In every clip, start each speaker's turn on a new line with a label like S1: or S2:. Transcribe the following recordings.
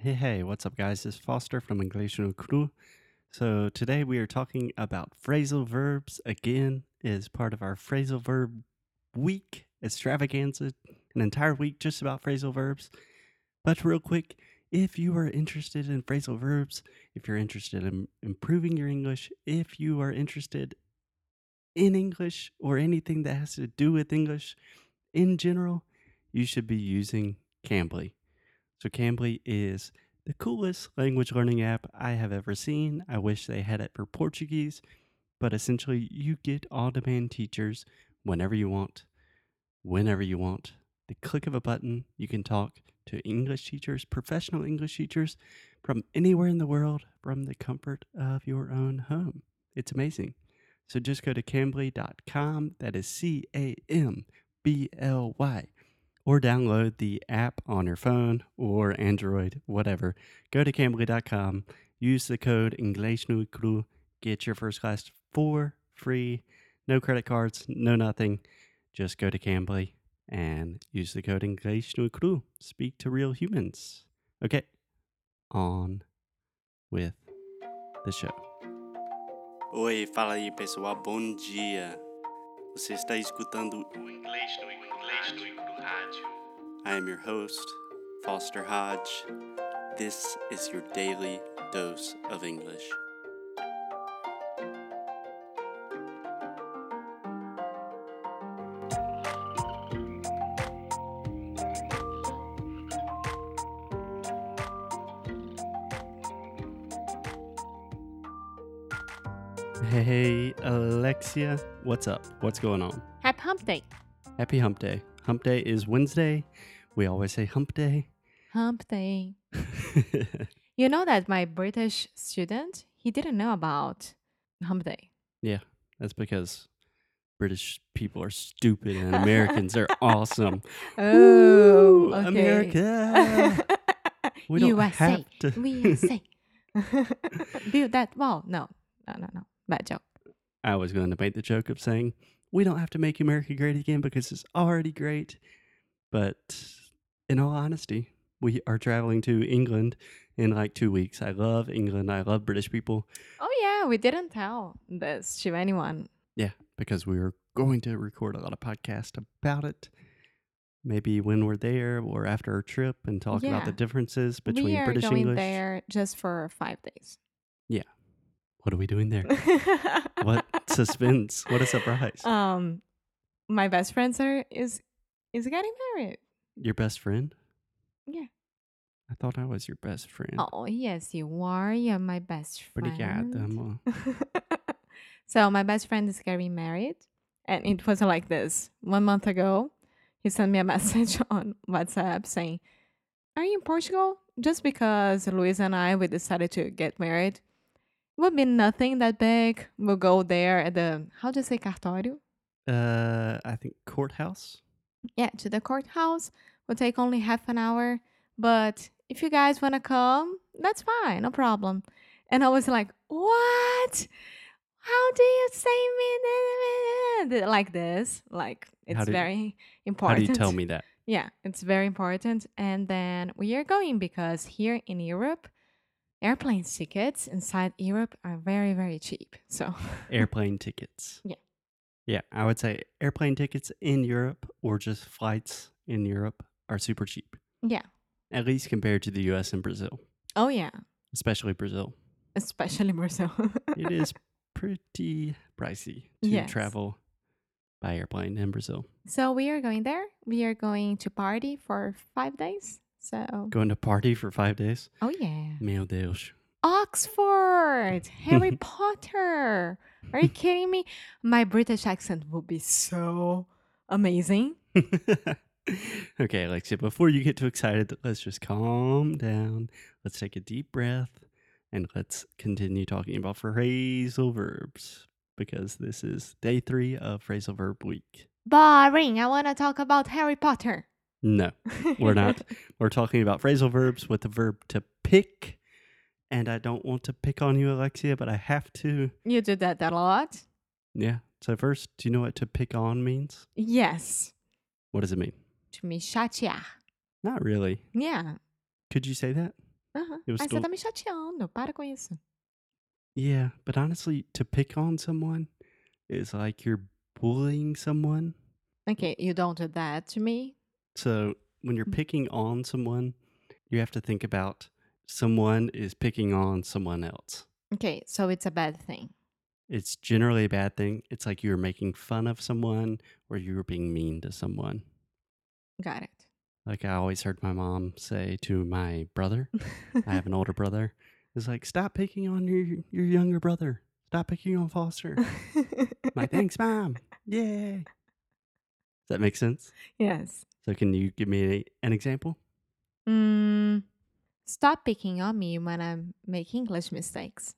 S1: Hey, hey, what's up, guys? This is Foster from English no Crew. So, today we are talking about phrasal verbs again, as part of our phrasal verb week extravaganza, an entire week just about phrasal verbs. But, real quick, if you are interested in phrasal verbs, if you're interested in improving your English, if you are interested in English or anything that has to do with English in general, you should be using Cambly. So Cambly is the coolest language learning app I have ever seen. I wish they had it for Portuguese, but essentially you get on-demand teachers whenever you want, whenever you want. The click of a button, you can talk to English teachers, professional English teachers from anywhere in the world from the comfort of your own home. It's amazing. So just go to cambly.com, that is C A M B L Y or download the app on your phone or Android, whatever. Go to Cambly.com, use the code EnglishNuCru, get your first class for free. No credit cards, no nothing. Just go to Cambly and use the code EnglishNuCru. Speak to real humans. Okay, on with the show. Oi, fala aí pessoal, bom dia. Você está escutando
S2: O inglês no inglês no no rádio.
S1: I am your host, Foster Hodge. This is your daily dose of English. Hey, Alexia, what's up? What's going on?
S3: Happy Hump Day.
S1: Happy Hump Day. Hump Day is Wednesday. We always say Hump Day.
S3: Hump Day. You know that my British student, he didn't know about Hump Day.
S1: yeah, that's because British people are stupid and Americans are awesome. Woo,
S3: Oh, okay.
S1: America. We don't
S3: USA.
S1: have to-
S3: USA. Build that wall. No, no, no, no. Bad joke.
S1: I was going to make the joke of saying, we don't have to make America great again because it's already great. But in all honesty, we are traveling to England in like two weeks. I love England. I love British people
S3: Oh, yeah, we didn't tell this to anyone.
S1: because we are going to record a lot of podcasts about it. Maybe when we're there or after our trip and talk about
S3: Yeah.
S1: the differences between
S3: we are
S1: British
S3: going
S1: English.
S3: there just for five days.
S1: What are we doing there? what suspense. What a surprise.
S3: Um, my best friend sir is is getting married.
S1: your best friend?
S3: Yeah.
S1: I thought I was your best friend.
S3: Oh yes, you are. You're my best friend.
S1: Obrigada, amor.
S3: so my best friend is getting married, and it was like this. One month ago, he sent me a message on WhatsApp saying, "Are you in Portugal?" Just because Luis and I we decided to get married, would be nothing that big. We'll go there at the how do you say cartório?
S1: Uh, I think courthouse.
S3: yeah, to the courthouse. Will take only half an hour, but if you guys wanna come, that's fine, no problem. And I was like, what? How do you say me like this? Like it's
S1: do you-
S3: very important.
S1: How do you tell me that?
S3: Yeah, it's very important. And then we are going because here in Europe, airplane tickets inside Europe are very very cheap. So
S1: Airplane tickets.
S3: Yeah.
S1: Yeah, I would say airplane tickets in Europe or just flights in Europe are super cheap,
S3: yeah.
S1: at least compared to the U.S. and Brazil,
S3: Oh yeah,
S1: especially Brazil.
S3: especially Brazil.
S1: It is pretty pricey to
S3: Yes.
S1: travel by airplane in Brazil.
S3: So we are going there. We are going to party for five days. So
S1: Going to party for five days.
S3: oh yeah,
S1: Meu Deus.
S3: Oxford, Harry Potter. Are you kidding me? My British accent will be so amazing.
S1: okay, Alexia, before you get too excited, let's just calm down. Let's take a deep breath and let's continue talking about phrasal verbs because this is day three of phrasal verb week.
S3: Boring. I want to talk about Harry Potter.
S1: No, we're not. We're talking about phrasal verbs with the verb to pick. And I don't want to pick on you, Alexia, but I have to.
S3: you do that a lot.
S1: Yeah. So, first, do you know what to pick on means?
S3: Yes.
S1: What does it mean?
S3: To me, chatear.
S1: Not really.
S3: Yeah. Uh-huh.
S1: Could you say that?
S3: Aham.
S1: Eu
S3: Aí
S1: estou-
S3: você tá me chateando. Oh, Para com isso.
S1: Yeah, but honestly, to pick on someone is like you're bullying someone.
S3: Okay, you don't do that to me.
S1: So when you're
S3: Mm.
S1: picking on someone, you have to think about someone is picking on someone else.
S3: Okay, so it's a bad thing.
S1: It's generally a bad thing. It's like you're making fun of someone or you're being mean to someone.
S3: Got it.
S1: Like I always heard my mom say to my brother, I have an older brother, it's like, stop picking on your, your younger brother. Stop picking on Foster. I'm like, thanks, mom. Yay. Does that make sense?
S3: yes.
S1: So can you give me a, an example?
S3: Mm, stop picking on me when I make English mistakes.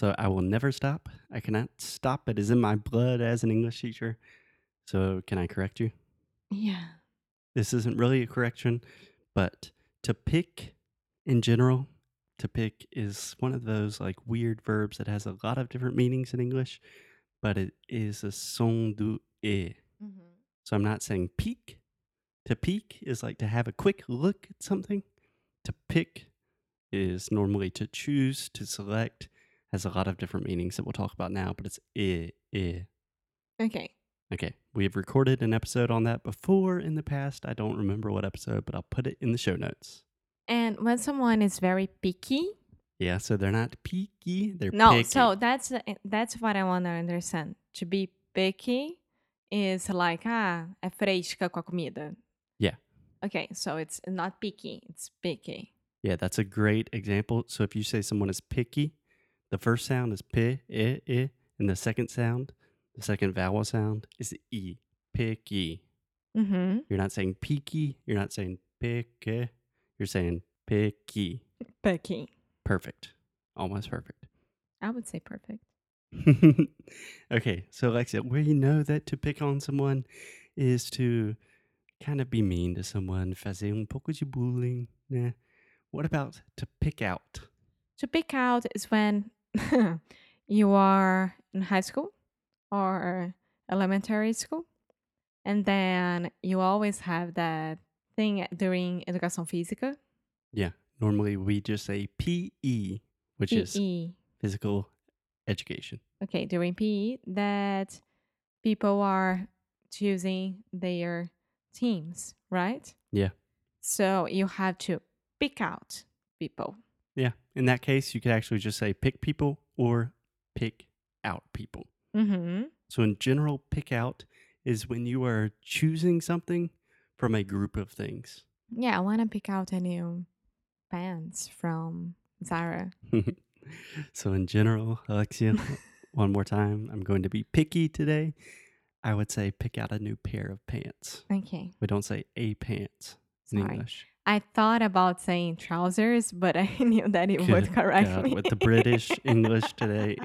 S1: So I will never stop. I cannot stop. It is in my blood as an English teacher. So can I correct you?
S3: Yeah.
S1: This isn't really a correction, but to pick in general, to pick is one of those like weird verbs that has a lot of different meanings in English, but it is a son du e.
S3: Mm-hmm.
S1: So I'm not saying peek. To peek is like to have a quick look at something. To pick is normally to choose, to select, has a lot of different meanings that we'll talk about now, but it's eh, eh.
S3: Okay.
S1: Okay, we have recorded an episode on that before in the past. I don't remember what episode, but I'll put it in the show notes.
S3: And when someone is very picky,
S1: Yeah, so they're not peaky, they're
S3: no.
S1: picky.
S3: So that's eh, that's what I want to understand. To be picky is like ah, é fresca com a comida.
S1: Yeah.
S3: Okay, so it's not picky. It's picky.
S1: Yeah, that's a great example. So if you say someone is picky, the first sound is p, eh, eh, and the second sound, the second vowel sound is e, picky.
S3: Mm-hmm.
S1: You're not saying peaky, you're not saying picky, you're saying picky.
S3: Picky.
S1: Perfect. Almost perfect.
S3: I would say perfect.
S1: okay, so Alexia, where you know that to pick on someone is to kind of be mean to someone, fazer um pouco de bullying, né? What about to pick out?
S3: To pick out is when you are in high school or elementary school. And then you always have that thing during educação física.
S1: Yeah, normally we just say PE, which is
S3: PE.
S1: physical education.
S3: E. Okay, during PE, that people are choosing their teams, right?
S1: Yeah.
S3: So you have to pick out people.
S1: Yeah, in that case, you could actually just say pick people or pick out people.
S3: Mm-hmm.
S1: So, in general, pick out is when you are choosing something from a group of things.
S3: Yeah, I want to pick out a new pants from Zara.
S1: so, in general, Alexia, one more time, I'm going to be picky today. I would say pick out a new pair of pants.
S3: Okay,
S1: We don't say a pants in
S3: sorry.
S1: English.
S3: I thought about saying trousers, but I knew that it
S1: Good
S3: would correct
S1: God,
S3: me.
S1: with the British English today,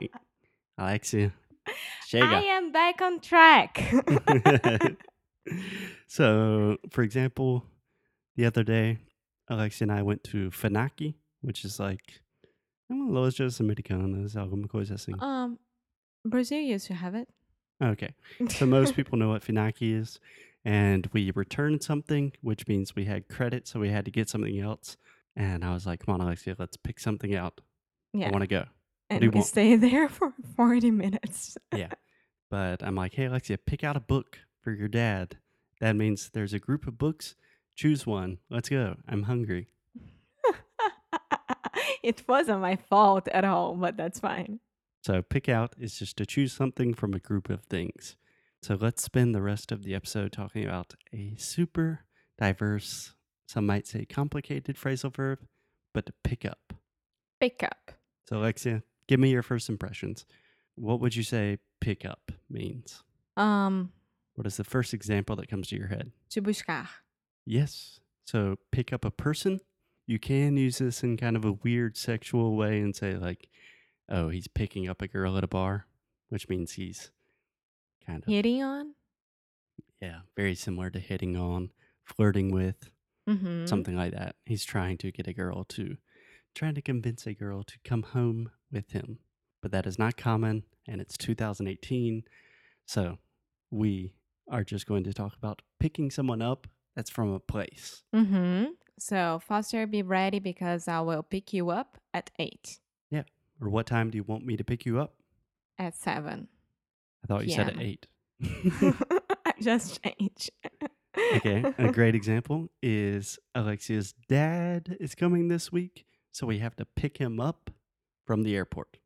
S1: Alexia,
S3: I
S1: Shega.
S3: am back on track.
S1: so, for example, the other day, Alexia and I went to Fanaki, which is like uma loja americana, alguma coisa assim.
S3: um, Brazil used to have it. Oh.
S1: Okay, so most people know what Fanaki is, and we returned something, which means we had credit, so we had to get something else. And I was like, "Come on, Alexia, let's pick something out.
S3: yeah,
S1: I want to go."
S3: and
S1: do
S3: we
S1: you want?
S3: stay there for forty minutes.
S1: yeah. But I'm like, hey, Alexia, pick out a book for your dad. That means there's a group of books. Choose one. Let's go. I'm hungry.
S3: it wasn't my fault at all, but that's fine.
S1: So pick out is just to choose something from a group of things. So let's spend the rest of the episode talking about a super diverse, some might say complicated phrasal verb, but to pick up.
S3: Pick up.
S1: So, Alexia, give me your first impressions. What would you say pick up means?
S3: Um,
S1: What is the first example that comes to your head?
S3: to buscar.
S1: Yes. So pick up a person. You can use this in kind of a weird sexual way and say, like, oh, he's picking up a girl at a bar, which means he's kind of, yeah,
S3: Hitting on.
S1: very similar to hitting on, flirting with,
S3: Mm-hmm.
S1: something like that. He's trying to get a girl to, trying to convince a girl to come home with him. But that is not common, and it's 2018. So we are just going to talk about picking someone up that's from a place.
S3: Mm-hmm. So, Foster, be ready because I will pick you up at 8,
S1: Or what time do you want me to pick you up?
S3: at 7.
S1: I thought you said at
S3: PM.
S1: eight.
S3: I just change.
S1: okay. A great example is Alexia's dad is coming this week, so we have to pick him up from the airport.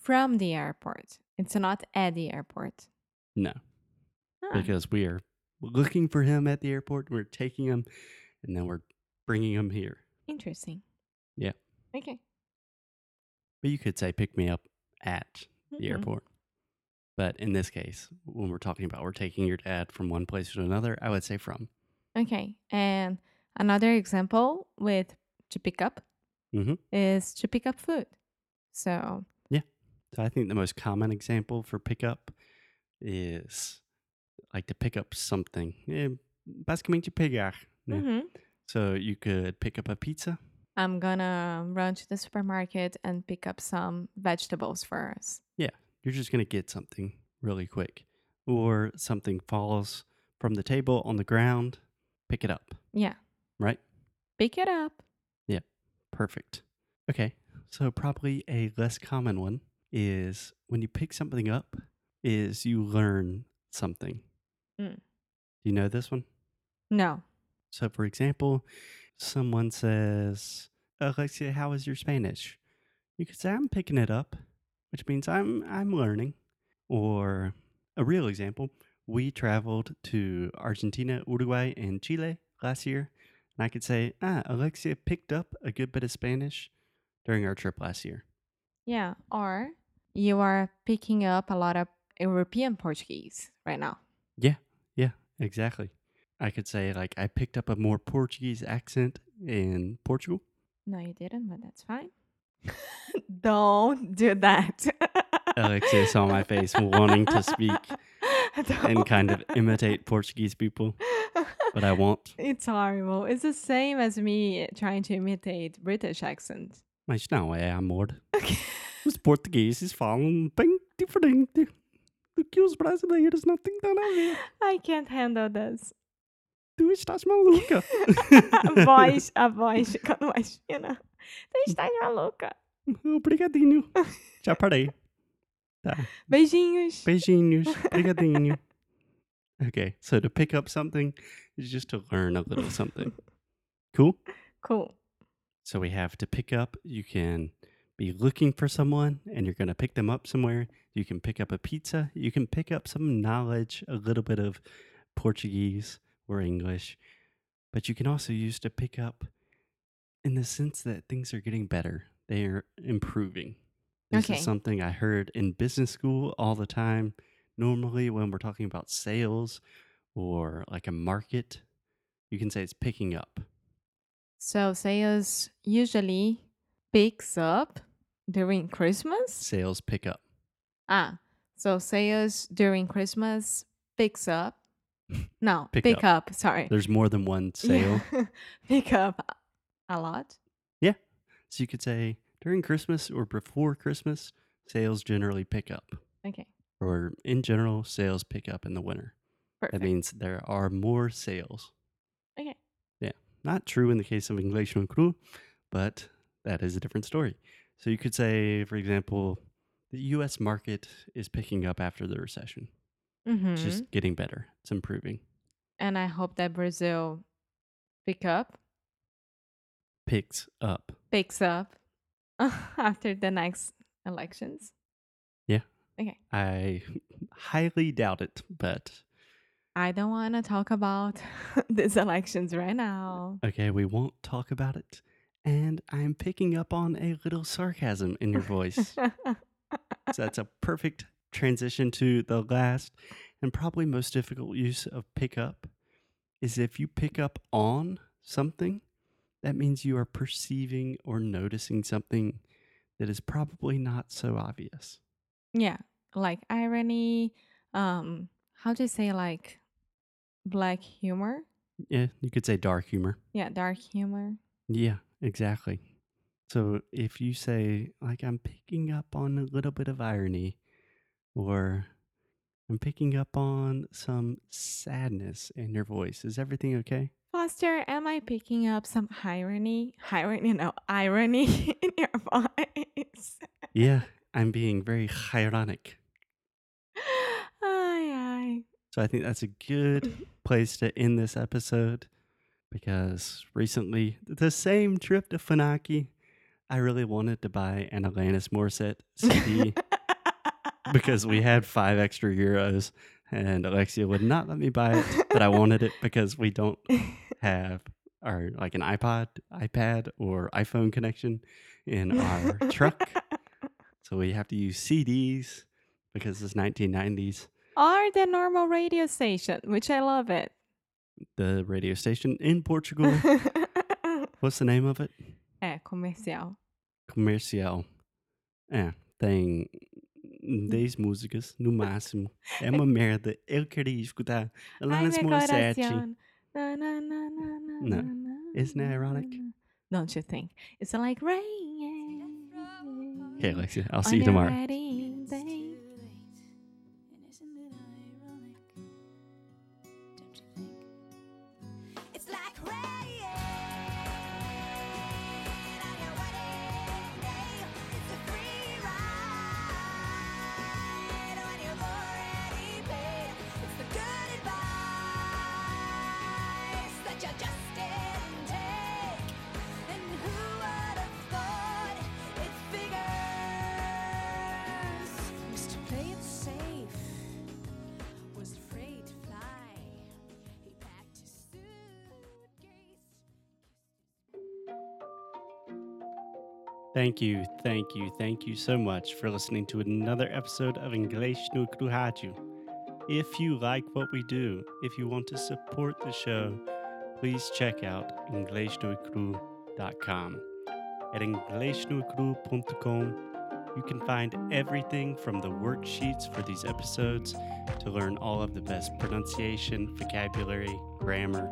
S3: From the airport. It's not at the airport.
S1: No,
S3: Ah,
S1: because we are looking for him at the airport. We're taking him, and then we're bringing him here.
S3: Interesting.
S1: Yeah.
S3: Okay.
S1: But you could say pick me up at the
S3: Mhm.
S1: airport. But in this case, when we're talking about we're taking your dad from one place to another, I would say from.
S3: Mm-hmm. Okay. And another example with to pick up
S1: Mhm.
S3: is to pick up food. So,
S1: So I think the most common example for pickup is like to pick up something. Eh, Basicamente pegar. Yeah.
S3: mhm.
S1: So you could pick up a pizza.
S3: I'm gonna run to the supermarket and pick up some vegetables for us.
S1: You're just going to get something really quick. Or something falls from the table on the ground, pick it up,
S3: Yeah.
S1: right?
S3: Pick it up.
S1: Perfect. Okay. So probably a less common one is when you pick something up is you learn something.
S3: Mm.
S1: Do you know this one?
S3: No.
S1: So for example, someone says, "Alexia, how is your Spanish?" You could say, "I'm picking it up," which means I'm I'm learning. Or a real example, we traveled to Argentina, Uruguay, and Chile last year, and I could say, "Ah, Alexia picked up a good bit of Spanish during our trip last year."
S3: Yeah. Or you are picking up a lot of European Portuguese right now.
S1: Exactly. I could say like I picked up a more Portuguese accent in Portugal.
S3: No, you didn't, but that's fine. Don't do that.
S1: Alexia saw my face wanting to speak and
S3: Don't.
S1: kind of imitate Portuguese people, but I won't.
S3: It's horrible. It's the same as me trying to imitate British accent.
S1: Mas não é amor.
S3: Okay.
S1: Os portugueses falam bem diferente do que os brasileiros não têm nada a ver.
S3: I can't handle this.
S1: Tu estás maluca.
S3: A voz, a voz ficando mais fina.
S1: Mm.
S3: Tu estás maluca.
S1: Obrigadinho. Já parei. Tá.
S3: Beijinhos.
S1: Beijinhos. Obrigadinho. Okay, so to pick up something is just to learn a little something. Cool?
S3: Cool.
S1: So we have to pick up. You can be looking for someone and you're going to pick them up somewhere. You can pick up a pizza. You can pick up some knowledge, a little bit of Portuguese or English. But you can also use to pick up in the sense that things are getting better, they are improving. This
S3: Okay.
S1: is something I heard in business school all the time. Normally, when we're talking about sales or like a market, you can say it's picking up.
S3: So sales usually picks up during Christmas.
S1: Sales pick up.
S3: Ah, so sales during Christmas picks up. No,
S1: Pick
S3: pick, up. Sorry.
S1: There's more than one sale.
S3: Yeah. pick up a lot.
S1: So you could say during Christmas or before Christmas, sales generally pick up.
S3: Okay.
S1: Or in general, sales pick up in the winter.
S3: Perfect.
S1: That means there are more sales.
S3: Okay.
S1: Yeah. Not true in the case of English and Cru, but that is a different story. So you could say, for example, the US market is picking up after the recession. It's
S3: Mhm.
S1: just getting better. It's improving.
S3: and I hope that Brazil pick up
S1: Picks up.
S3: picks up after the next elections.
S1: I highly doubt it, but
S3: I don't want to talk about these elections right now.
S1: Okay, we won't talk about it. And I'm picking up on a little sarcasm in your voice. so that's a perfect transition to the last and probably most difficult use of pick up is if you pick up on something, that means you are perceiving or noticing something that is probably not so obvious.
S3: Yeah, like irony. Um, how do you say like black humor?
S1: Yeah, you could say dark humor.
S3: Yeah, dark humor.
S1: Yeah, exactly. So if you say, like, I'm picking up on a little bit of irony, or I'm picking up on some sadness in your voice, is everything okay?
S3: Foster, am I picking up some irony? Irony, no, irony in your voice.
S1: Yeah, I'm being very ironic.
S3: Ay, ay.
S1: So I think that's a good place to end this episode because recently, the same trip to Funaki, I really wanted to buy an Alanis Morissette CD because we had five extra euros and Alexia would not let me buy it, but I wanted it because we don't have our like an iPod, iPad, or iPhone connection in our truck. So we have to use CDs because it's 1990s.
S3: Or the normal radio station, which I love it.
S1: The radio station in Portugal. What's the name of it?
S3: é, Eh, comercial.
S1: Comercial. É, tem 10 músicas no máximo. É uma merda. Eu queria escutar Alanis
S3: Ai, meu
S1: Morissette.
S3: coração. Na, na, na, na, na,
S1: No.
S3: na, na,
S1: Isn't it
S3: na,
S1: ironic?
S3: na. Don't you think? It's like rain.
S1: Okay, Alexia, I'll
S3: on
S1: see you
S3: a
S1: tomorrow.
S3: wedding day.
S4: It's like rain on your wedding day. It's a free ride when you've already paid. It's the good advice that you just didn't take. And who would have thought it figures? Was to play it safe, was afraid to fly. He packed his suitcase.
S1: Thank you, thank you, thank you so much for listening to another episode of Inglês no Cruhaju. If you like what we do, if you want to support the show, please check out inglesnocru.com. At inglesnocru.com, you can find everything from the worksheets for these episodes to learn all of the best pronunciation, vocabulary, grammar,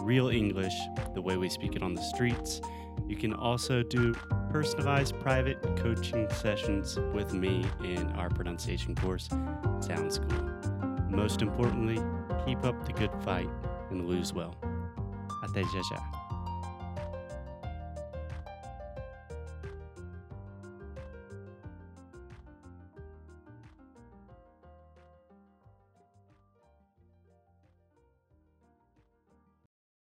S1: real English, the way we speak it on the streets. You can also do personalized private coaching sessions with me in our pronunciation course, Sound School. Most importantly, keep up the good fight and lose well. Até já já.